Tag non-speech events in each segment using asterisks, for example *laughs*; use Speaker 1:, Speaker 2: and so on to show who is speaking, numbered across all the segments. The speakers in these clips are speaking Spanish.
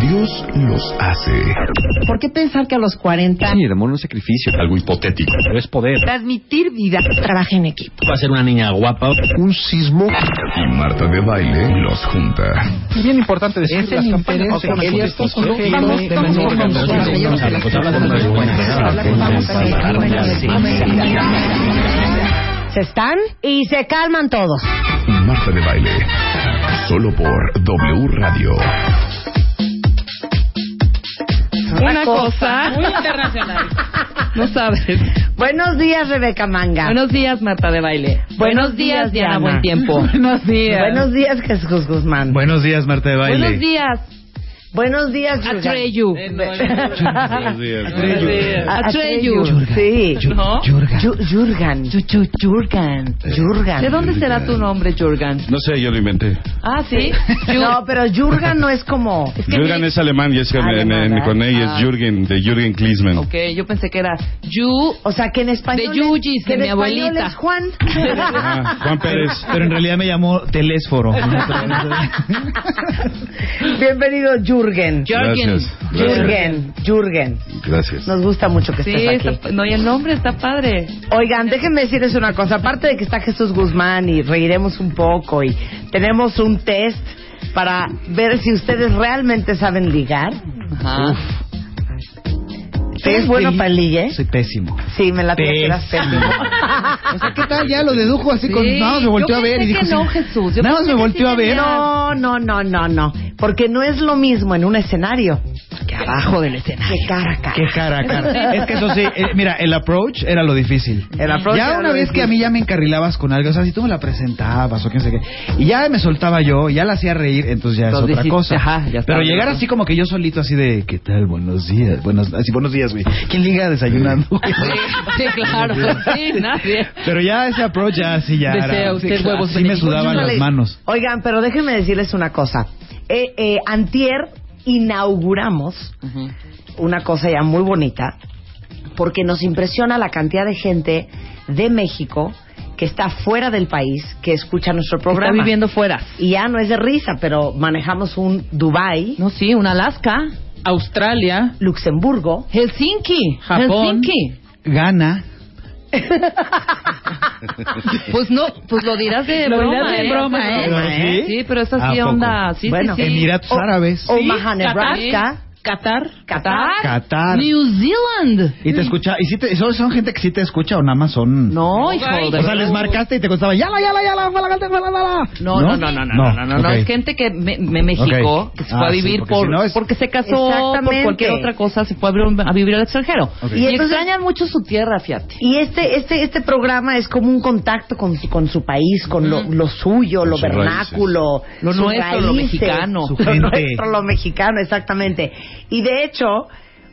Speaker 1: Dios los hace.
Speaker 2: ¿Por qué pensar que a los 40
Speaker 3: Sí, el amor no es sacrificio,
Speaker 1: Algo hipotético.
Speaker 3: pero es poder.
Speaker 2: transmitir vida trabaja en equipo?
Speaker 3: Va a ser una niña guapa.
Speaker 1: Un sismo. Y Marta de Baile los junta.
Speaker 3: Es bien importante decir
Speaker 4: Es el interés de que estos objetivos de mayor consumo.
Speaker 5: Pues
Speaker 2: Se están y se calman todos.
Speaker 1: Marta de Baile. Solo por W Radio.
Speaker 4: Una cosa. Muy internacional. No sabes.
Speaker 2: Buenos días, Rebeca Manga.
Speaker 4: Buenos días, Marta de Baile.
Speaker 2: Buenos días, Diana.
Speaker 4: Buen tiempo. *laughs* Buenos días.
Speaker 2: Buenos días, Jesús Guzmán.
Speaker 6: Buenos días, Marta de Baile.
Speaker 4: Buenos días,
Speaker 2: Buenos días, Yurga.
Speaker 4: Atreyu.
Speaker 6: Buenos días.
Speaker 2: A-
Speaker 4: Atreyu.
Speaker 2: Sí.
Speaker 4: ¿No?
Speaker 2: Yu- Yurgan. Yurgan. Yurgan.
Speaker 4: ¿De dónde será tu nombre, Jurgen?
Speaker 5: No sé, yo lo inventé.
Speaker 4: Ah, sí.
Speaker 2: No, pero Yurgan no es como...
Speaker 5: Jürgen es alemán y es que en- en-
Speaker 2: Alemán,
Speaker 6: ¿eh?
Speaker 2: ¿verdad?
Speaker 5: con ella
Speaker 4: Ah.
Speaker 5: es Jürgen, de Jürgen Klinsmann.
Speaker 4: Ok, yo pensé que era Yu.
Speaker 2: O sea, que en español...
Speaker 4: De Yuyis,
Speaker 2: que
Speaker 4: de
Speaker 2: en
Speaker 4: mi
Speaker 2: español
Speaker 4: abuelita.
Speaker 2: es
Speaker 4: *laughs*
Speaker 2: Juan.
Speaker 5: Ah, Juan Pérez.
Speaker 6: Pues, Pero en realidad me llamó *laughs* Telésforo.
Speaker 2: Bienvenido, Yurgen.
Speaker 4: Jürgen.
Speaker 5: Gracias. Gracias.
Speaker 2: Yurgen. Yurgen.
Speaker 5: Gracias.
Speaker 2: Nos gusta mucho que
Speaker 4: Sí,
Speaker 2: estés aquí.
Speaker 4: está- no, y el nombre está padre.
Speaker 2: Oigan, déjenme decirles una cosa. Aparte de que está Jesús Guzmán y reiremos un poco y tenemos un test para ver si ustedes realmente saben ligar.
Speaker 6: Ah.
Speaker 4: Ajá.
Speaker 2: ¿Es bueno para el ligue?
Speaker 6: Soy pésimo.
Speaker 2: Sí, me la
Speaker 6: Pésimo.
Speaker 2: tienes
Speaker 6: O sea, ¿qué tal? Ya lo dedujo así con...
Speaker 4: Sí,
Speaker 6: Nada más me volteó
Speaker 4: yo
Speaker 6: a ver y
Speaker 4: pensé
Speaker 6: dijo...
Speaker 4: que no,
Speaker 6: sí.
Speaker 4: Jesús, yo
Speaker 6: Nada más
Speaker 4: pensé
Speaker 6: me
Speaker 4: que
Speaker 6: volteó
Speaker 4: sí
Speaker 6: a ver.
Speaker 2: No, no, no, no, no. Porque no es lo mismo en un escenario que abajo del escenario. Qué cara, a cara.
Speaker 6: Qué cara, cara. Es que eso sí, eh, mira, el approach era lo difícil.
Speaker 2: El approach
Speaker 6: ya
Speaker 2: era
Speaker 6: una
Speaker 2: lo
Speaker 6: vez que a mí ya me encarrilabas con algo, o sea, si tú me la presentabas o qué sé qué, y ya me soltaba yo, ya la hacía reír, entonces ya es
Speaker 4: Entonces
Speaker 6: otra
Speaker 4: dijiste,
Speaker 6: cosa.
Speaker 4: ajá, ya está.
Speaker 6: Pero llegar así como que yo solito así de, ¿qué tal? Buenos días, buenos, así buenos días, güey. ¿Quién liga desayunando? güey?
Speaker 4: *laughs* Sí, claro. Sí, nadie.
Speaker 6: Pero ya ese approach ya así ya
Speaker 4: Desea
Speaker 6: era,
Speaker 4: usted
Speaker 6: sí, claro,
Speaker 4: huevos
Speaker 6: sí me
Speaker 4: benedictos.
Speaker 6: sudaban
Speaker 2: Híjole.
Speaker 6: las manos.
Speaker 2: Oigan, pero déjenme decirles una cosa. Eh, eh, antier inauguramos una cosa ya muy bonita, porque nos impresiona la cantidad de gente de México que está fuera del país, que escucha nuestro
Speaker 4: Está
Speaker 2: programa.
Speaker 4: viviendo fuera.
Speaker 2: Y ya no es de risa, pero manejamos un Dubai,
Speaker 4: No, sí, un Alaska. Australia.
Speaker 2: Luxemburgo,
Speaker 4: Helsinki.
Speaker 6: Japón.
Speaker 4: Helsinki.
Speaker 2: *laughs*
Speaker 6: Gana.
Speaker 4: Pues no, pues *laughs* lo dirás de
Speaker 2: Lo
Speaker 4: broma.
Speaker 2: dirás de
Speaker 4: ¿eh?
Speaker 2: broma, ¿eh?
Speaker 6: Pero sí.
Speaker 4: Sí, pero es
Speaker 6: ¿A
Speaker 4: así
Speaker 6: poco?
Speaker 4: onda. Sí,
Speaker 2: Bueno,
Speaker 4: sí, sí.
Speaker 6: Emiratos Árabes.
Speaker 2: Omaha, Nebraska,
Speaker 4: Qatar.
Speaker 2: Qatar.
Speaker 6: Qatar.
Speaker 4: New Zealand.
Speaker 6: Y te escucha, y si te, ¿son, son gente que sí te escucha o nada más son...
Speaker 2: No, hijo
Speaker 4: Ay,
Speaker 2: de...
Speaker 6: O sea, les marcaste y te contaba, ya la, ya la, ya la, fala, fala, fala, fala".
Speaker 4: No, no, no, no, no, no, no, no,
Speaker 6: ok.
Speaker 4: es gente que me, me mexicó,
Speaker 6: Ok.
Speaker 4: que se fue a
Speaker 6: Ah, sí,
Speaker 4: vivir
Speaker 6: porque
Speaker 4: por,
Speaker 6: si no es-
Speaker 4: porque se casó, por
Speaker 2: Exactamente.
Speaker 4: cualquier otra cosa, se fue a, vivir- a vivir al extranjero.
Speaker 6: Ok.
Speaker 4: Y,
Speaker 2: Y entonces-
Speaker 4: extrañan mucho su tierra, fíjate.
Speaker 2: Y este, este, este programa es como un contacto con su, con su país, con lo, lo suyo, lo
Speaker 5: sus
Speaker 2: vernáculo,
Speaker 4: Lo
Speaker 2: sus
Speaker 4: nuestro, lo mexicano.
Speaker 6: Su
Speaker 2: *laughs* lo
Speaker 6: gente.
Speaker 2: nuestro, lo mexicano, exactamente. Y de hecho,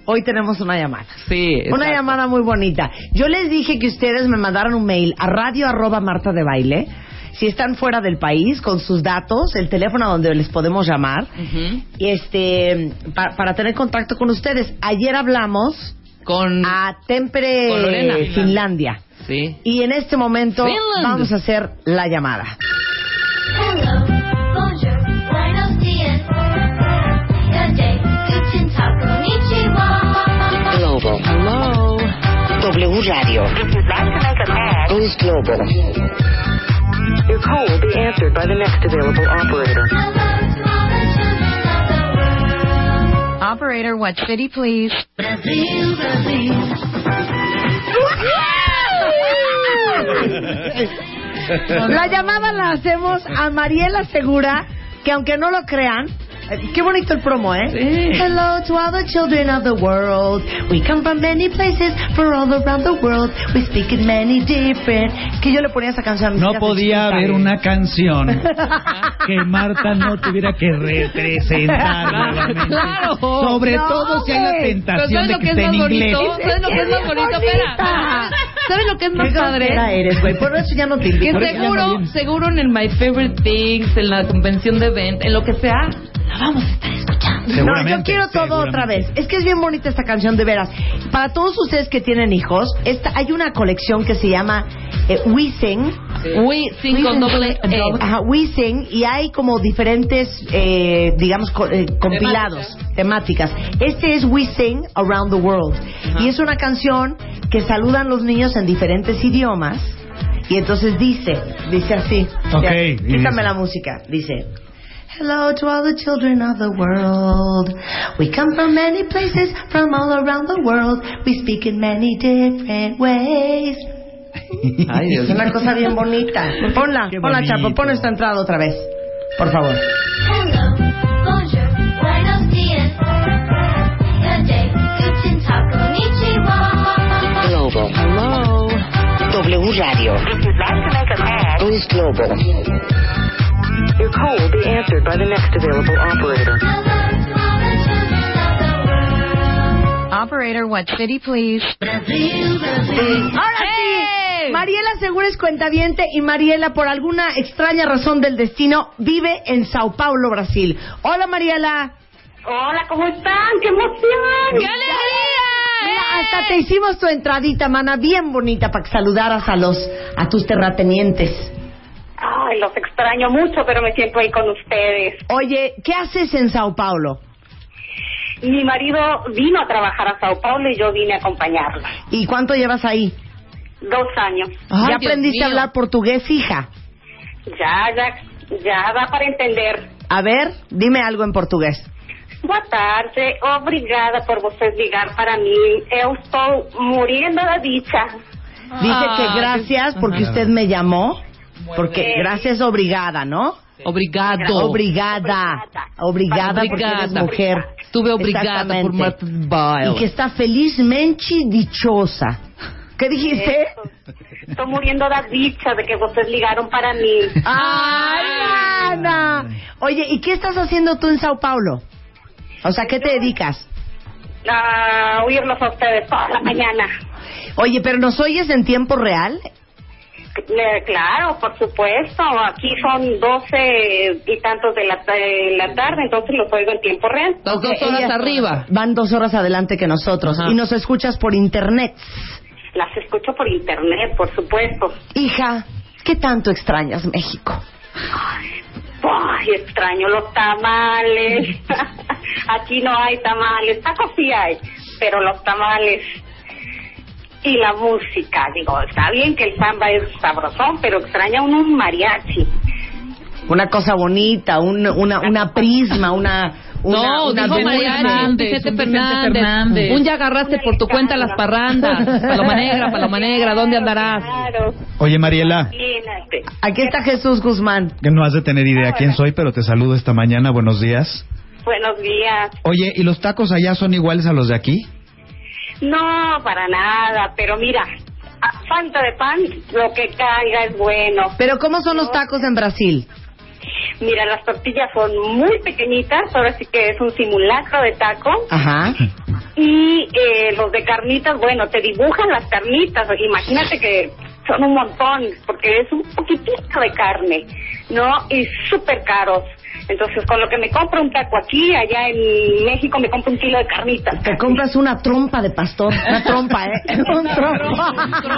Speaker 2: hoy tenemos una llamada.
Speaker 4: Sí.
Speaker 2: Una
Speaker 4: exacto.
Speaker 2: llamada muy bonita. Yo les dije que ustedes me mandaran un mail a radio arroba marta de baile. Si están fuera del país, con sus datos, el teléfono donde les podemos llamar,
Speaker 4: Ujú.
Speaker 2: este, pa- para tener contacto con ustedes. Ayer hablamos
Speaker 4: Con.
Speaker 2: a Tempere,
Speaker 4: Con Lorena.
Speaker 2: Finlandia.
Speaker 4: Sí.
Speaker 2: Y en este momento
Speaker 4: Finland.
Speaker 2: vamos a hacer la llamada.
Speaker 7: Hello, bonjour, buenos dias, good day, guten tag, konnichiwa.
Speaker 4: Hello.
Speaker 2: W Radio.
Speaker 7: Hello, small children of the world.
Speaker 4: Operator, what city, please?
Speaker 2: *laughs*
Speaker 7: Brazil, Brazil.
Speaker 2: La llamada la hacemos a Mariela Segura, que aunque no lo crean, Eh, Qué bonito el promo, ¿eh?
Speaker 8: Sí.
Speaker 2: Hello to all the children of the world. We come from many places, from all around the world. We speak in many different. Que yo le ponía esa canción a mis
Speaker 8: No
Speaker 2: hijas de
Speaker 8: podía
Speaker 2: chiquita,
Speaker 8: haber
Speaker 2: ¿eh?
Speaker 8: una canción
Speaker 4: *laughs*
Speaker 8: que Marta no tuviera que
Speaker 4: *laughs*
Speaker 8: representar nuevamente.
Speaker 4: Claro.
Speaker 8: Sobre
Speaker 2: No,
Speaker 8: todo si hay la
Speaker 2: güey.
Speaker 4: Pero
Speaker 8: tentación
Speaker 4: ¿sabes
Speaker 8: de
Speaker 4: lo
Speaker 8: que
Speaker 4: que es
Speaker 8: esté en
Speaker 4: más
Speaker 8: inglés.
Speaker 4: bonito? ¿Sabes lo que es más bonito? Espera. ¿Sabes lo que es
Speaker 2: Qué
Speaker 4: más
Speaker 2: grosera
Speaker 4: padre?
Speaker 2: eres, güey. Por eso ya no te
Speaker 4: Que
Speaker 2: invito.
Speaker 4: seguro, seguro en el My Favorite Things, en la convención de event, en lo que sea, la vamos a estar escuchando.
Speaker 2: No, yo
Speaker 8: Seguramente,
Speaker 2: quiero todo
Speaker 8: seguramente.
Speaker 2: otra vez. Es que es bien bonita esta canción, de veras. Para todos ustedes que tienen hijos, esta, hay una colección que se llama eh, We Sing.
Speaker 4: We sing con doble E. A.
Speaker 2: Ajá, We Sing, y hay como diferentes, eh, digamos, co- eh, compilados, temáticas. Este es We Sing Around the World. Y es una canción que saludan los niños en diferentes idiomas. Y entonces dice, dice así.
Speaker 8: Ok,
Speaker 2: Ya,
Speaker 8: y
Speaker 2: Quítame
Speaker 8: dice.
Speaker 2: la música. Dice. Hello to all the children of the world. We come from many places, from all around the world. We speak in many different ways.
Speaker 8: Ay, Dios
Speaker 2: Es una cosa bien bonita. *laughs* Ponla,
Speaker 8: Qué
Speaker 2: ponla,
Speaker 8: bonito.
Speaker 2: Chapo, pon esta entrada otra vez. Por favor.
Speaker 7: Hello, bonjour, buenos días. Good day, guten Tag, konnichiwa.
Speaker 4: Hello.
Speaker 9: W Radio.
Speaker 7: Hello to all the children of the world.
Speaker 4: Operator, what city, please?
Speaker 7: Brazil, Brazil.
Speaker 2: Ahora
Speaker 10: ¡Eh!
Speaker 2: sí. Mariela Segura es cuentaviente y Mariela, por alguna extraña razón del destino, vive en Sao Paulo, Brasil. Hola, Mariela.
Speaker 10: Hola, ¿cómo están? ¡Qué emoción!
Speaker 4: ¡Qué alegría!
Speaker 2: Mira, hasta te hicimos tu entradita, mana, bien bonita para que saludaras a los a tus terratenientes.
Speaker 10: Ay, los extraño mucho, pero me siento ahí con ustedes.
Speaker 2: Oye, ¿qué haces en Sao Paulo?
Speaker 10: Mi marido vino a trabajar a Sao Paulo y yo vine a acompañarlo.
Speaker 2: ¿Y cuánto llevas ahí?
Speaker 10: Dos años.
Speaker 4: Ay,
Speaker 2: ¿Ya
Speaker 4: Dios
Speaker 2: aprendiste a
Speaker 4: mío.
Speaker 2: hablar portugués, hija?
Speaker 10: Ya, ya, ya da para entender.
Speaker 2: A ver, dime algo en portugués.
Speaker 10: Boa tarde, obrigada por vocês ligar para mim. Eu estou muriendo de dicha.
Speaker 2: Dice
Speaker 4: Ah,
Speaker 2: que gracias
Speaker 4: qué-
Speaker 2: porque
Speaker 4: Ajá.
Speaker 2: usted me llamó. Porque
Speaker 10: bien.
Speaker 2: gracias, obligada, ¿no?
Speaker 4: Obrigado.
Speaker 2: Obrigada. Obrigada porque eres
Speaker 4: Obrigada.
Speaker 2: mujer.
Speaker 4: Estuve obrigada por
Speaker 2: Exactamente.
Speaker 4: Marta
Speaker 2: Y que
Speaker 4: Baile.
Speaker 2: está felizmente dichosa. ¿Qué
Speaker 4: *laughs*
Speaker 2: dijiste?
Speaker 10: Estou muriendo de dicha de que vocês ligaram para mim.
Speaker 2: ¡Ay, Ana! Oye, ¿y qué estás haciendo tú en Sao Paulo? O sea, ¿qué te dedicas?
Speaker 10: A oírlos a ustedes toda la mañana.
Speaker 2: Oye, pero ¿nos oyes en tiempo real?
Speaker 10: Eh, Claro, por supuesto. Aquí son doce y tantos de la, de la tarde, entonces los oigo en tiempo real.
Speaker 4: Las dos horas
Speaker 2: Ellas
Speaker 4: arriba.
Speaker 2: Van dos horas adelante que nosotros
Speaker 4: Ajá.
Speaker 2: y nos escuchas por internet.
Speaker 10: Las escucho por internet, por supuesto.
Speaker 2: Hija, ¿qué tanto extrañas México?
Speaker 10: Ay, extraño los tamales. *laughs* Aquí no hay tamales. Tacos sí hay, pero los tamales y la música. Digo, está bien que el samba es sabrosón, pero extraña uno un mariachi.
Speaker 2: Una cosa bonita, un, una, una prisma, una... una
Speaker 4: No,
Speaker 2: una
Speaker 4: dijo
Speaker 2: dulce.
Speaker 4: Mariana
Speaker 8: Fernández,
Speaker 4: Vicente
Speaker 8: un Vicente
Speaker 4: Fernández.
Speaker 8: Fernández.
Speaker 4: Un ya agarraste por tu cuenta las parrandas. Paloma negra, paloma negra, ¿dónde andarás?
Speaker 10: Claro,
Speaker 6: Oye, Mariela,
Speaker 10: imagínate.
Speaker 2: Aquí está Jesús Guzmán.
Speaker 6: que no has de tener idea quién soy, pero te saludo esta mañana. Buenos días.
Speaker 10: Buenos días.
Speaker 6: Oye, ¿y los tacos allá son iguales a los de aquí?
Speaker 10: No, para nada, pero mira, a falta de pan, lo que caiga es bueno.
Speaker 2: Pero ¿cómo son los tacos en Brasil?
Speaker 10: Mira, las tortillas son muy pequeñitas, ahora sí que es un simulacro de taco.
Speaker 2: Ajá.
Speaker 10: Y eh, los de carnitas, bueno, te dibujan las carnitas, imagínate que son un montón, porque es un poquitito de carne, ¿no? Y súper caros. Entonces, con lo que me compro un taco aquí, allá en México me compro un kilo de carnitas.
Speaker 2: Te compras una trompa de pastor. Una trompa,
Speaker 4: *laughs*
Speaker 2: ¿eh? Un trompa.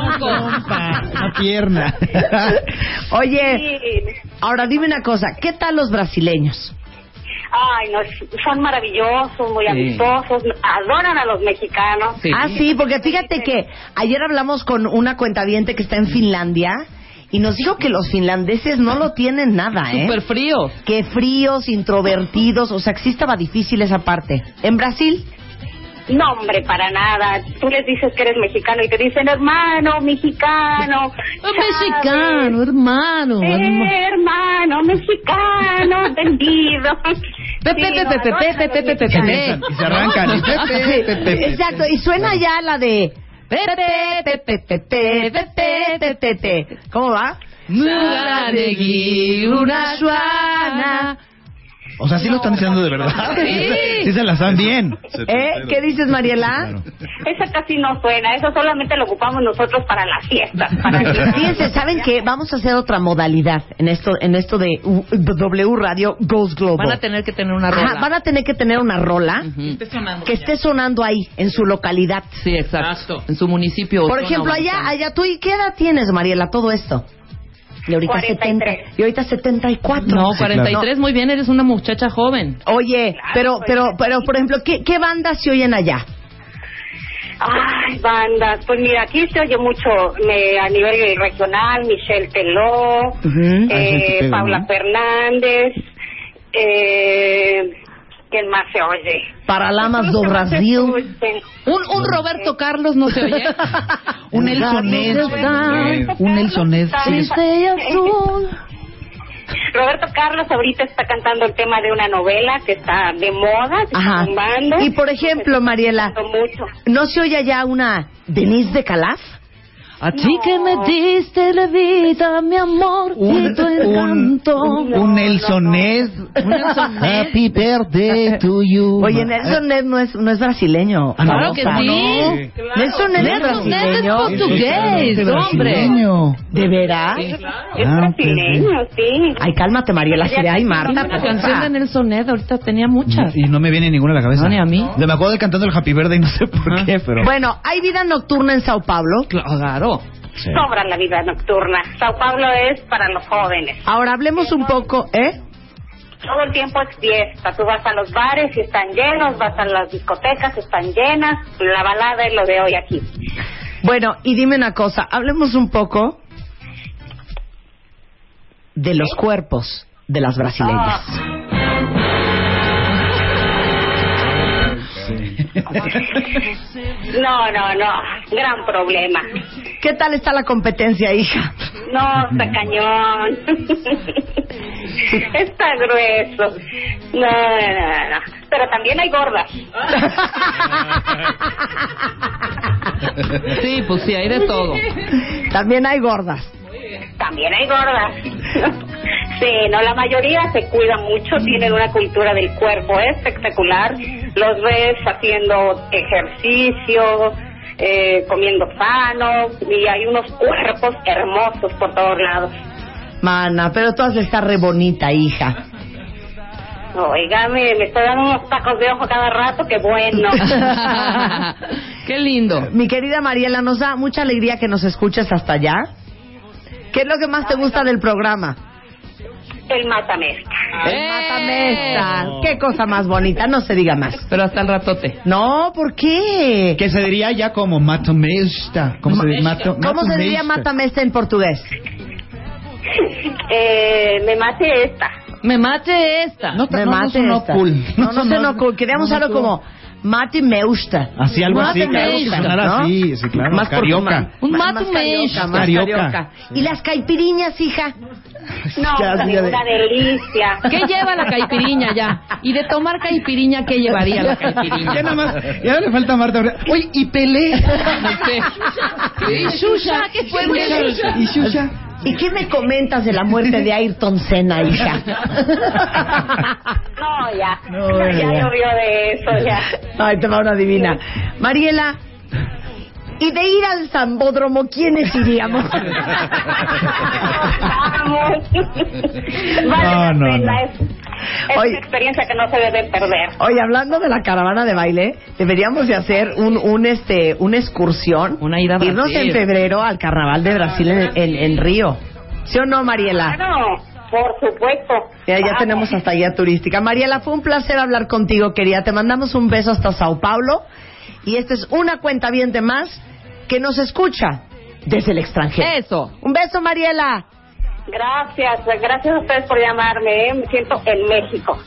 Speaker 6: *laughs* Una pierna.
Speaker 2: *laughs* Oye,
Speaker 10: Sí.
Speaker 2: ahora dime una cosa. ¿Qué tal los brasileños?
Speaker 10: Ay, no, es- son maravillosos, muy amistosos, adoran a los mexicanos.
Speaker 2: Ah, *laughs* sí, porque fíjate que ayer hablamos con una cuentaviente que está en Finlandia y nos dijo que los finlandeses no lo tienen nada, ¿eh?
Speaker 4: Súper frío.
Speaker 2: Que fríos, introvertidos, o sea, que sí estaba difícil esa parte. En Brasil,
Speaker 10: No, hombre, para nada. Tú les dices que eres mexicano y te dicen, hermano,
Speaker 4: *laughs*
Speaker 10: mexicano. ¿sabes?
Speaker 4: Mexicano, hermano. herma-
Speaker 10: hermano
Speaker 4: *laughs*
Speaker 10: mexicano, entendido.
Speaker 4: Pepe,
Speaker 10: Sí, no,
Speaker 4: pepe, pepe,
Speaker 10: adórenlo,
Speaker 4: pepe, pepe, pepe.
Speaker 10: mexicanos.
Speaker 6: Y se arrancan. Y pepe, pepe, pepe.
Speaker 2: Exacto, y suena ya la de...
Speaker 4: Pepe, pepe, pepe, pepe, pepe, pepe.
Speaker 2: ¿Cómo va?
Speaker 4: Muradegui, una suana.
Speaker 6: O sea, sí lo están diciendo de verdad.
Speaker 4: Sí.
Speaker 6: Sí se la dan bien.
Speaker 2: ¿Eh? ¿Qué dices, Mariela?
Speaker 6: Claro.
Speaker 10: Esa casi no suena, eso solamente lo ocupamos nosotros para las fiestas.
Speaker 4: *laughs*
Speaker 10: Para que- *laughs*
Speaker 2: Fíjense, ¿saben qué? Vamos a hacer otra modalidad en esto, en esto de U- W Radio Goes Global.
Speaker 4: Van a tener que tener una rola.
Speaker 2: Ajá, van a tener que tener una rola
Speaker 4: Ujú.
Speaker 2: que esté sonando ahí, en su localidad.
Speaker 4: Sí, exacto. En su municipio. o
Speaker 2: Por
Speaker 4: zona
Speaker 2: ejemplo, allá,
Speaker 4: urbana.
Speaker 2: allá tú, ¿y qué edad tienes, Mariela, todo esto? Y ahorita
Speaker 10: 43.
Speaker 2: 70. Y ahorita 74.
Speaker 4: No,
Speaker 2: Sí,
Speaker 4: 43, muy bien, eres una muchacha joven.
Speaker 2: No. Oye,
Speaker 10: Claro,
Speaker 2: pero,
Speaker 10: pues,
Speaker 2: pero,
Speaker 10: sí.
Speaker 2: pero, por ejemplo, ¿qué, qué bandas se oyen allá?
Speaker 10: Ay, bandas. Pues mira, aquí se oye mucho me- a nivel regional, Michelle Teló,
Speaker 2: Ujú.
Speaker 6: Ah, sí,
Speaker 10: eh,
Speaker 6: sí, sí,
Speaker 10: Paula
Speaker 6: ¿no?
Speaker 10: Fernández, eh, ¿quién más se oye?
Speaker 2: Paralamas do
Speaker 10: Los que más se
Speaker 2: Brasil.
Speaker 10: escuchan.
Speaker 4: Un, un Roberto Carlos no
Speaker 2: *laughs*
Speaker 4: se oye.
Speaker 6: Un Nelson Es.
Speaker 10: Roberto
Speaker 6: Un Nelson Es.
Speaker 10: Carlos está- Roberto Carlos ahorita está cantando el tema de una novela que está de moda, que
Speaker 2: Ajá.
Speaker 10: está bombando.
Speaker 2: Y por ejemplo, Mariela,
Speaker 10: mucho.
Speaker 2: ¿no se oye allá una Denise de Calaf?
Speaker 4: A ti que me diste la vida, mi amor,
Speaker 6: Un, un, un Nelson Es. Happy birthday to you.
Speaker 2: Oye, Nelson Ned no es, no es brasileño.
Speaker 6: Ah, no,
Speaker 4: Claro que
Speaker 6: ¿cómo no?
Speaker 4: sí.
Speaker 2: Nelson Ned es
Speaker 4: Nelson Ned es
Speaker 2: brasileño.
Speaker 4: portugués, hombre.
Speaker 6: Brasileño.
Speaker 2: ¿De veras?
Speaker 10: Es
Speaker 6: Ah,
Speaker 10: brasileño, sí.
Speaker 2: Ay, cálmate, Mariela. Gire. Ay, Marta.
Speaker 4: La canción de Nelson Ned ahorita tenía muchas.
Speaker 6: Y no me viene ninguna a la cabeza.
Speaker 4: No, ni a mí.
Speaker 6: Me acuerdo de cantando el Happy Birthday, no sé
Speaker 2: Ah.
Speaker 6: por qué, pero.
Speaker 2: Bueno, hay vida nocturna en Sao Paulo.
Speaker 4: Claro.
Speaker 6: Sí. *laughs*
Speaker 10: Sobra la vida nocturna. Sao Paulo es para los jóvenes.
Speaker 2: Ahora hablemos un poco, ¿eh?
Speaker 10: Todo el tiempo es fiesta. Tú vas a los bares y están llenos, vas a las discotecas, están llenas. La balada es lo de hoy aquí.
Speaker 2: Bueno, y dime una cosa, hablemos un poco de los cuerpos de las brasileñas.
Speaker 10: No, no, no. Gran problema.
Speaker 2: ¿Qué tal está la competencia, hija?
Speaker 10: No, está cañón. está grueso. No, no, no. Pero también hay gordas.
Speaker 4: Sí, pues sí, hay de todo.
Speaker 2: También hay gordas.
Speaker 10: También hay gordas. *laughs* Sí, no, la mayoría se cuida mucho, tienen una cultura del cuerpo espectacular. Los ves haciendo ejercicio, eh, comiendo sano, y hay unos cuerpos hermosos por todos lados.
Speaker 2: Mana, pero tú has de estar re bonita, hija.
Speaker 10: Oígame, me estoy dando unos tacos de ojo cada rato, qué bueno.
Speaker 4: *laughs* Qué lindo.
Speaker 2: Mi querida Mariela, nos da mucha alegría que nos escuches hasta allá. ¿Qué es lo que más te gusta del programa?
Speaker 10: El matamesta.
Speaker 4: ¡Eh!
Speaker 2: El matamesta. Qué cosa más bonita, no se diga más.
Speaker 4: Pero hasta el ratote.
Speaker 2: No, ¿por qué?
Speaker 6: Que se diría ya como matomesta. ¿Cómo se diría? Mato,
Speaker 2: ¿Cómo se diría
Speaker 6: matomesta?
Speaker 2: matamesta en portugués?
Speaker 10: Eh, me mate esta.
Speaker 4: Me mate esta.
Speaker 6: No,
Speaker 2: Me
Speaker 6: no, no
Speaker 2: mate
Speaker 6: sonó
Speaker 2: esta.
Speaker 6: cool.
Speaker 2: No, no,
Speaker 6: sonó-
Speaker 2: sonó cool. Queríamos
Speaker 6: no
Speaker 2: algo
Speaker 6: sonó.
Speaker 2: como mate meusta.
Speaker 6: Así, algo así, que algo que sonara
Speaker 2: ¿no?
Speaker 6: así, sí, claro.
Speaker 2: Más
Speaker 6: Carioca.
Speaker 2: portugués.
Speaker 4: Un
Speaker 2: Ma-
Speaker 4: mate
Speaker 2: más carioca,
Speaker 4: meusta.
Speaker 2: más
Speaker 6: Carioca.
Speaker 2: carioca. Y las caipiriñas, hija.
Speaker 10: No,
Speaker 6: Ya,
Speaker 10: pero
Speaker 6: ya de-
Speaker 10: una delicia.
Speaker 4: ¿Qué lleva la caipiriña ya? Y de tomar caipiriña, ¿qué llevaría la caipiriña?
Speaker 6: Ya nada más, ya le falta a Marta. ahora, Oye, y Pelé.
Speaker 11: Este,
Speaker 4: Sí. Y Shusha, ¿qué fue de Shusha?
Speaker 6: Y Xuxa.
Speaker 2: ¿Y qué me comentas de la muerte de Ayrton Senna, *laughs* hija?
Speaker 10: No, ya.
Speaker 6: No,
Speaker 10: *laughs* ya
Speaker 6: ya.
Speaker 10: llovió de eso, ya.
Speaker 2: Ay, te va una divina. Mariela, y de ir al Zambódromo, ¿quiénes *laughs*
Speaker 6: *laughs*
Speaker 2: iríamos?
Speaker 10: Vamos.
Speaker 6: No,
Speaker 10: vale
Speaker 6: no,
Speaker 10: pues, la pena.
Speaker 6: no.
Speaker 10: Es, es
Speaker 2: Oye.
Speaker 10: una experiencia que no se debe perder.
Speaker 2: Oye, hablando de la caravana de baile, deberíamos de hacer un, un este, una excursión.
Speaker 4: Una ida a Brasil.
Speaker 2: Irnos en febrero al Carnaval de Brasil en, en- en Río. ¿Sí o no, Mariela?
Speaker 10: Claro, por supuesto.
Speaker 2: Ah. Ya, ya
Speaker 10: Vamos.
Speaker 2: tenemos hasta guía turística. Mariela, fue un placer hablar contigo, querida. Te mandamos un beso hasta Sao Paulo. Y esta es una cuenta bien de más que nos escucha desde el extranjero.
Speaker 4: Eso.
Speaker 2: Un beso, Mariela.
Speaker 10: Gracias, pues, gracias a ustedes por llamarme. ¿eh? Me siento en México.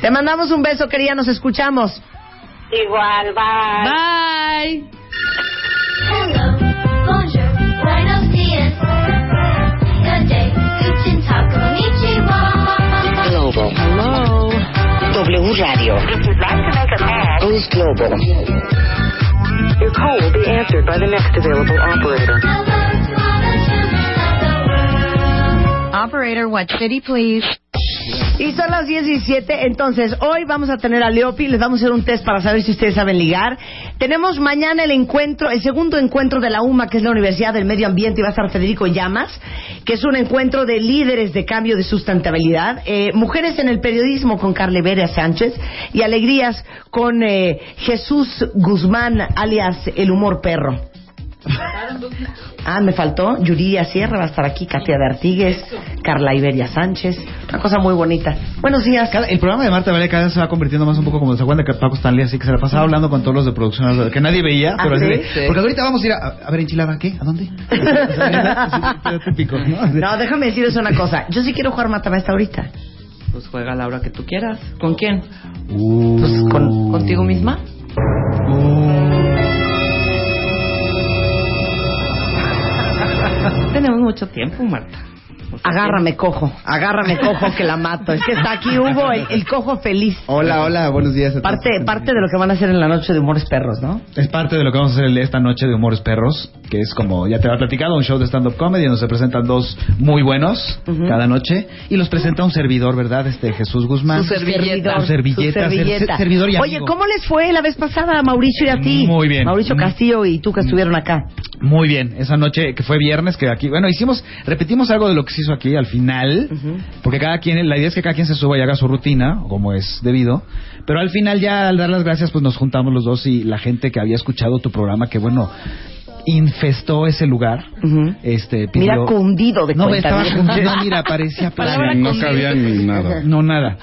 Speaker 2: Te mandamos un beso, querida. Nos escuchamos.
Speaker 10: Igual, bye.
Speaker 4: Bye.
Speaker 7: Hello, bonjour, buenos días. Good day, guten tag, konnichiwa.
Speaker 12: Global. Hello. W Radio. If you'd like to make a call, Boost Global. Your call will be answered by the next available operator.
Speaker 11: Operator, what city, please?
Speaker 2: Y son las 10.17, entonces hoy vamos a tener a Leopi, les vamos a hacer un test para saber si ustedes saben ligar. Tenemos mañana el encuentro, el segundo encuentro de la UMA, que es la Universidad del Medio Ambiente, y va a estar Federico Llamas, que es un encuentro de líderes de cambio de sustentabilidad. Eh, mujeres en el periodismo con Carle Vera Sánchez y Alegrías con eh, Jesús Guzmán, alias El Humor Perro. Ah, me faltó. Yuridia Sierra va a estar aquí, Katia de Artigues, Carla Iberia Sánchez. Una cosa muy bonita. Buenos días.
Speaker 6: Cada- el programa de Marta Vale cada vez se va convirtiendo más un poco como el segundo de Paco Stanley, así que se la pasaba hablando con todos los de producción que nadie veía.
Speaker 2: ¿Ah,
Speaker 6: pero así
Speaker 2: sí?
Speaker 6: de-
Speaker 2: Sí.
Speaker 6: Porque ahorita vamos a ir a, a ver enchilada, ¿qué?
Speaker 2: *laughs*
Speaker 6: ¿A dónde? Típico, ¿no?
Speaker 2: No, déjame decirles una cosa. Yo sí quiero jugar matamesta ahorita.
Speaker 11: Pues juega la hora que tú quieras. ¿Con quién?
Speaker 6: Pues
Speaker 11: con, contigo misma.
Speaker 4: Tenemos mucho tiempo, Marta.
Speaker 2: Agárrame, cojo. Agárrame, cojo, que la mato. Es que está aquí, Hugo, el, el cojo feliz.
Speaker 6: Hola, hola, buenos días. a todos.
Speaker 2: Parte, parte de lo que van a hacer en la noche de Humores Perros, ¿no?
Speaker 6: Es parte de lo que vamos a hacer el- esta noche de Humores Perros, que es como ya te había platicado, un show de stand-up comedy donde se presentan dos muy buenos cada noche y los presenta un servidor, ¿verdad? Este Jesús Guzmán.
Speaker 2: Su servilleta.
Speaker 6: Su servilleta,
Speaker 2: Su
Speaker 6: ser-
Speaker 2: servilleta.
Speaker 6: ser- servidor y
Speaker 2: Oye,
Speaker 6: amigo.
Speaker 2: ¿cómo les fue la vez pasada, Mauricio y a ti?
Speaker 6: Muy bien.
Speaker 2: Mauricio
Speaker 6: Mm.
Speaker 2: Castillo y tú que estuvieron acá.
Speaker 6: Muy bien, esa noche que fue viernes, que aquí, bueno, hicimos, repetimos algo de lo que se hizo aquí al final, porque cada quien, la idea es que cada quien se suba y haga su rutina, como es debido, pero al final ya al dar las gracias, pues nos juntamos los dos y la gente que había escuchado tu programa, que bueno, infestó ese lugar, este, pidió...
Speaker 2: Mira, cundido de
Speaker 6: no,
Speaker 2: cuenta,
Speaker 6: estaba
Speaker 2: ¿no?
Speaker 6: cundido,
Speaker 2: *laughs*
Speaker 6: mira, parecía plano.
Speaker 5: No cabía ni nada.
Speaker 6: No, nada.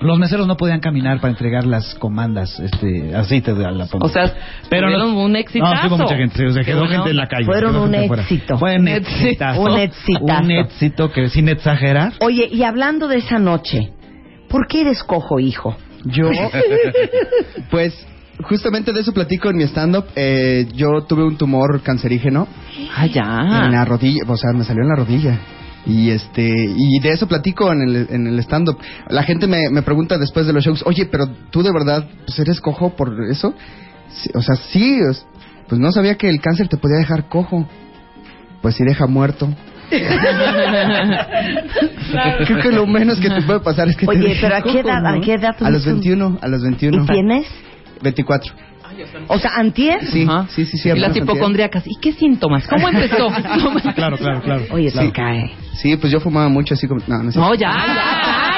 Speaker 6: Los meseros no podían caminar para entregar las comandas, este, así te da la pongo.
Speaker 11: O sea,
Speaker 6: Pero
Speaker 11: tuvieron
Speaker 6: no-
Speaker 11: un
Speaker 6: No, sí
Speaker 11: exitazo.
Speaker 6: hubo mucha gente, sí, o sea, quedó
Speaker 11: Bueno,
Speaker 6: gente en la calle.
Speaker 2: fueron
Speaker 6: quedó
Speaker 2: un
Speaker 6: gente fuera.
Speaker 2: éxito.
Speaker 6: Fue un exitazo.
Speaker 2: Un exitazo.
Speaker 6: Un éxito que sin exagerar.
Speaker 2: Oye, y hablando de esa noche, ¿por qué eres cojo, hijo?
Speaker 6: *laughs*
Speaker 1: Yo, pues, justamente de eso platico en mi stand-up. Eh, yo tuve un tumor cancerígeno
Speaker 11: Ah, ya.
Speaker 1: en la rodilla, o sea, me salió en la rodilla. Y este y de eso platico en el, en el stand-up. La gente me, me pregunta después de los shows, oye, pero tú de verdad pues, eres cojo por eso. Sí, o sea, sí, es- pues no sabía que el cáncer te podía dejar cojo. Pues sí, deja muerto. Creo que lo menos que te puede pasar es que te
Speaker 2: Oye,
Speaker 1: deje
Speaker 2: pero ¿a qué
Speaker 1: cojo,
Speaker 2: edad,
Speaker 1: ¿no?
Speaker 2: a qué edad
Speaker 1: A los
Speaker 2: tuviste un-
Speaker 1: 21, a los 21.
Speaker 2: ¿Y tienes?
Speaker 1: 24.
Speaker 2: O sea, antier.
Speaker 1: Sí, sí, sí, sí.
Speaker 11: y las
Speaker 1: apenas antier.
Speaker 11: hipocondríacas. ¿Y qué síntomas? ¿Cómo *laughs* empezó?
Speaker 6: Ah, Claro, claro, claro.
Speaker 2: Oye,
Speaker 1: Claro.
Speaker 2: se cae.
Speaker 1: Sí, pues yo fumaba mucho así como... No, no, es cierto.
Speaker 11: no, ya.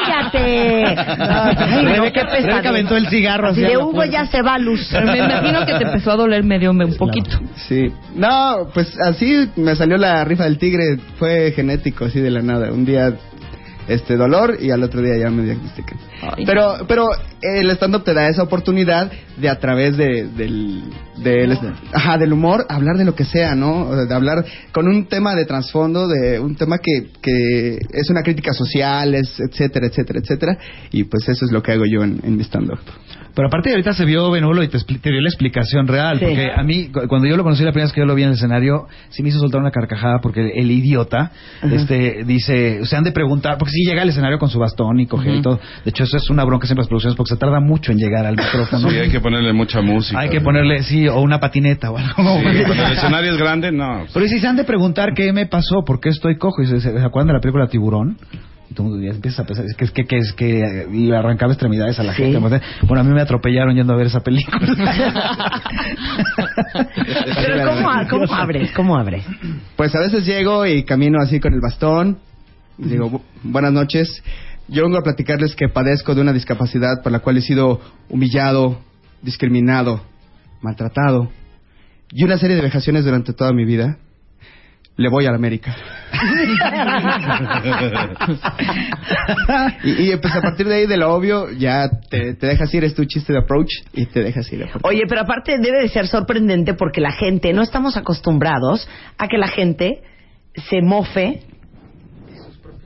Speaker 2: ¡Cállate! Ay, no, qué
Speaker 6: Rebeca,
Speaker 2: pesadilla.
Speaker 6: Rebeca aventó el cigarro
Speaker 2: Así
Speaker 6: hacia
Speaker 2: de
Speaker 6: la
Speaker 2: Hugo
Speaker 6: puerta.
Speaker 2: ya se va a luz.
Speaker 11: Pero me imagino que te empezó a doler medio un poquito.
Speaker 1: Sí. No, pues así me salió la rifa del tigre. Fue genético, así de la nada. Un día este dolor y al otro día ya me diagnostican.
Speaker 11: Ay.
Speaker 1: Pero pero el stand-up te da esa oportunidad de a través de, del, del, ajá, del humor hablar de lo que sea, ¿no? O sea, de hablar con un tema de trasfondo, de un tema que, que es una crítica social, es etcétera, etcétera, etcétera. Y pues eso es lo que hago yo en, en mi stand-up.
Speaker 6: Pero aparte ahorita se vio Benulo y te, expli- te dio la explicación real,
Speaker 2: Sí.
Speaker 6: porque a mí cu- cuando yo lo conocí la primera vez que yo lo vi en el escenario, sí me hizo soltar una carcajada porque el, el idiota este dice, se han de preguntar, porque sí llega al escenario con su bastón y coge y todo. De hecho, eso es una bronca siempre en las producciones porque se tarda mucho en llegar al micrófono.
Speaker 5: Sí, hay que ponerle mucha música.
Speaker 6: Hay que ponerle, sí, o una patineta o algo.
Speaker 5: Sí, cuando
Speaker 6: *laughs*
Speaker 5: el escenario es grande, no.
Speaker 6: Pero si se han de preguntar qué me pasó, por qué estoy cojo, y se, se- ¿se acuerdan de la película Tiburón? Y tú ya empiezas a pensar, es que, es que, que es que, eh, y le arrancaba extremidades a la
Speaker 2: Sí.
Speaker 6: gente. Bueno, a mí me atropellaron yendo a ver esa
Speaker 2: *laughs*
Speaker 6: película.
Speaker 2: *laughs* Pero ¿cómo, a- cómo abres? ¿Cómo abres?
Speaker 1: Pues a veces llego y camino así con el bastón. y Digo, "Bu- buenas noches. Yo vengo a platicarles que padezco de una discapacidad por la cual he sido humillado, discriminado, maltratado y una serie de vejaciones durante toda mi vida. Le voy a la
Speaker 2: *laughs*
Speaker 1: América. y, y, pues a partir de ahí, de lo obvio, ya te, te dejas ir. Es tu chiste de approach y te dejas ir.
Speaker 2: Oye, pero aparte debe de ser sorprendente porque la gente, no estamos acostumbrados a que la gente se mofe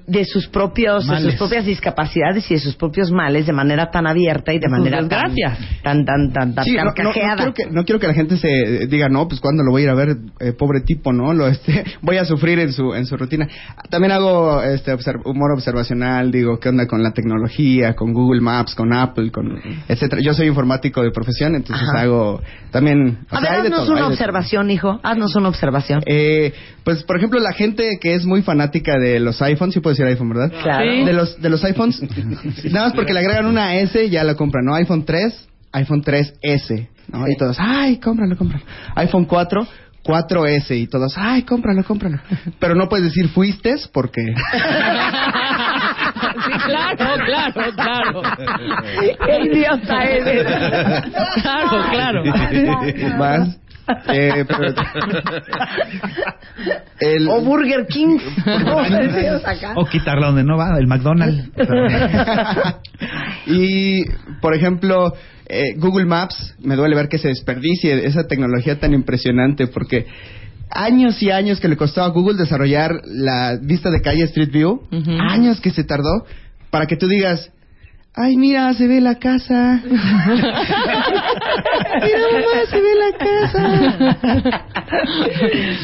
Speaker 2: de sus propios de sus
Speaker 13: Males.
Speaker 2: propias discapacidades y de sus propios males de manera tan abierta y de manera tan- tan tan tan tan
Speaker 1: Sí, no, no- no
Speaker 2: carcajeada.
Speaker 1: quiero que, no quiero que la gente se eh, diga, no, pues cuando lo voy a ir a ver, eh, pobre tipo, ¿no? Lo, *laughs* este, voy a sufrir en su, en su rutina. También hago este observ- humor observacional, digo, ¿qué onda con la tecnología, con Google Maps, con Apple, con etcétera? Yo soy informático de profesión, entonces
Speaker 2: Ajá.
Speaker 1: hago también... o
Speaker 2: A
Speaker 1: sea,
Speaker 2: ver,
Speaker 1: hay de todo, hay
Speaker 2: haznos una
Speaker 1: de todo.
Speaker 2: observación, hijo. Haznos una observación.
Speaker 1: Eh, pues, por ejemplo, la gente que es muy fanática de los iPhones, sí puedo decir iPhone, ¿verdad?
Speaker 2: Claro. Sí.
Speaker 1: De los, de los
Speaker 2: *laughs*
Speaker 1: iPhones, *laughs* nada más porque le agregan una S y ya la compran, ¿no? iPhone 3, iPhone 3S, ¿no? Y todos, ay, cómpralo, cómpralo. iPhone 4, 4S y todos, ay, cómpralo, cómpralo. Pero no puedes decir fuiste porque...
Speaker 7: Sí, claro, claro, claro.
Speaker 2: ¡Qué idiota eres!
Speaker 7: Claro, claro.
Speaker 1: Vas. eh, pero- el-
Speaker 2: O Burger King. *laughs*
Speaker 6: O quitarla donde no va, el McDonald's.
Speaker 1: Y, por ejemplo, eh, Google Maps, me duele ver que se desperdicie esa tecnología tan impresionante porque años y años que le costó a Google desarrollar la vista de calle Street View, años que se tardó para que tú digas, ay, mira, se ve la casa. *laughs* Mira, mamá, se ve la casa.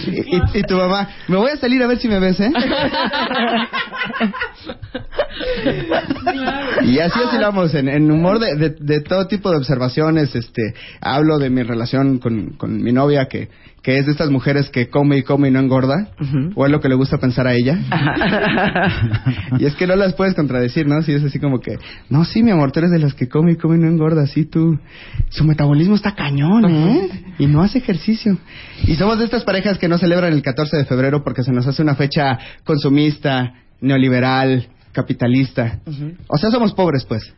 Speaker 1: y, y- y tu mamá, me voy a salir a ver si me ves, ¿eh? Y así oscilamos en, en humor de, de- de todo tipo de observaciones. Este, hablo de mi relación con, con mi novia, que, que es de estas mujeres que come y come y no engorda, o es lo que le gusta pensar a ella. y es que no las puedes contradecir, ¿no? Si es así como que, no, sí, mi amor, tú eres de las que come y come y no engorda, sí, tú. Su metabolismo está cañón, ¿eh? Y no hace ejercicio. Y somos de estas parejas que no celebran el 14 de febrero porque se nos hace una fecha consumista, neoliberal, capitalista. O sea, somos pobres, pues.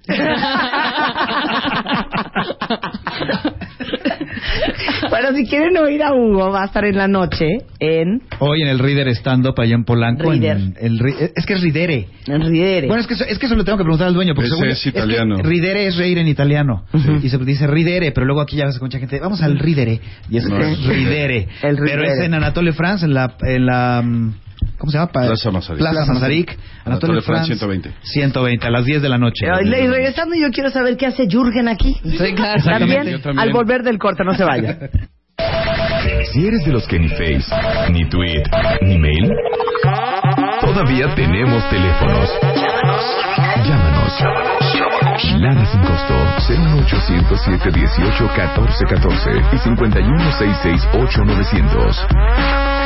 Speaker 2: bueno, si quieren oír a Hugo, va a estar en la noche en
Speaker 6: Hoy en el Reader Stand Up allá en Polanco. en-
Speaker 2: Reader.
Speaker 6: el Ri- es que es Ridere.
Speaker 2: en Ridere.
Speaker 6: Bueno, es que, eso, es que eso lo tengo que preguntar al dueño. Porque
Speaker 5: Ese
Speaker 6: según-
Speaker 5: es italiano.
Speaker 6: que ridere es reír en italiano. Y se dice ridere, pero luego aquí ya ves con mucha gente, vamos al ridere. Y es,
Speaker 5: No,
Speaker 6: es
Speaker 5: es-
Speaker 6: ridere.
Speaker 5: El
Speaker 6: Pero
Speaker 5: ridere.
Speaker 6: es en Anatole France, en la... En la mm, ¿Cómo se llama? Pa-
Speaker 5: Plaza Mazarik.
Speaker 6: Plaza Mazarik.
Speaker 5: Anatole
Speaker 6: Anatole France.
Speaker 5: France, 120.
Speaker 6: 120, a las 10 de la noche.
Speaker 2: Y le- y regresando, yo quiero saber qué hace Jürgen aquí.
Speaker 6: claro.
Speaker 2: También,
Speaker 6: Yo también.
Speaker 2: al volver del corte, no se vaya.
Speaker 14: Si eres de los que ni Face, ni tweet, ni mail, todavía tenemos teléfonos. Llámanos. Nada sin costo. 01807 18 14 14 y 5166 8900.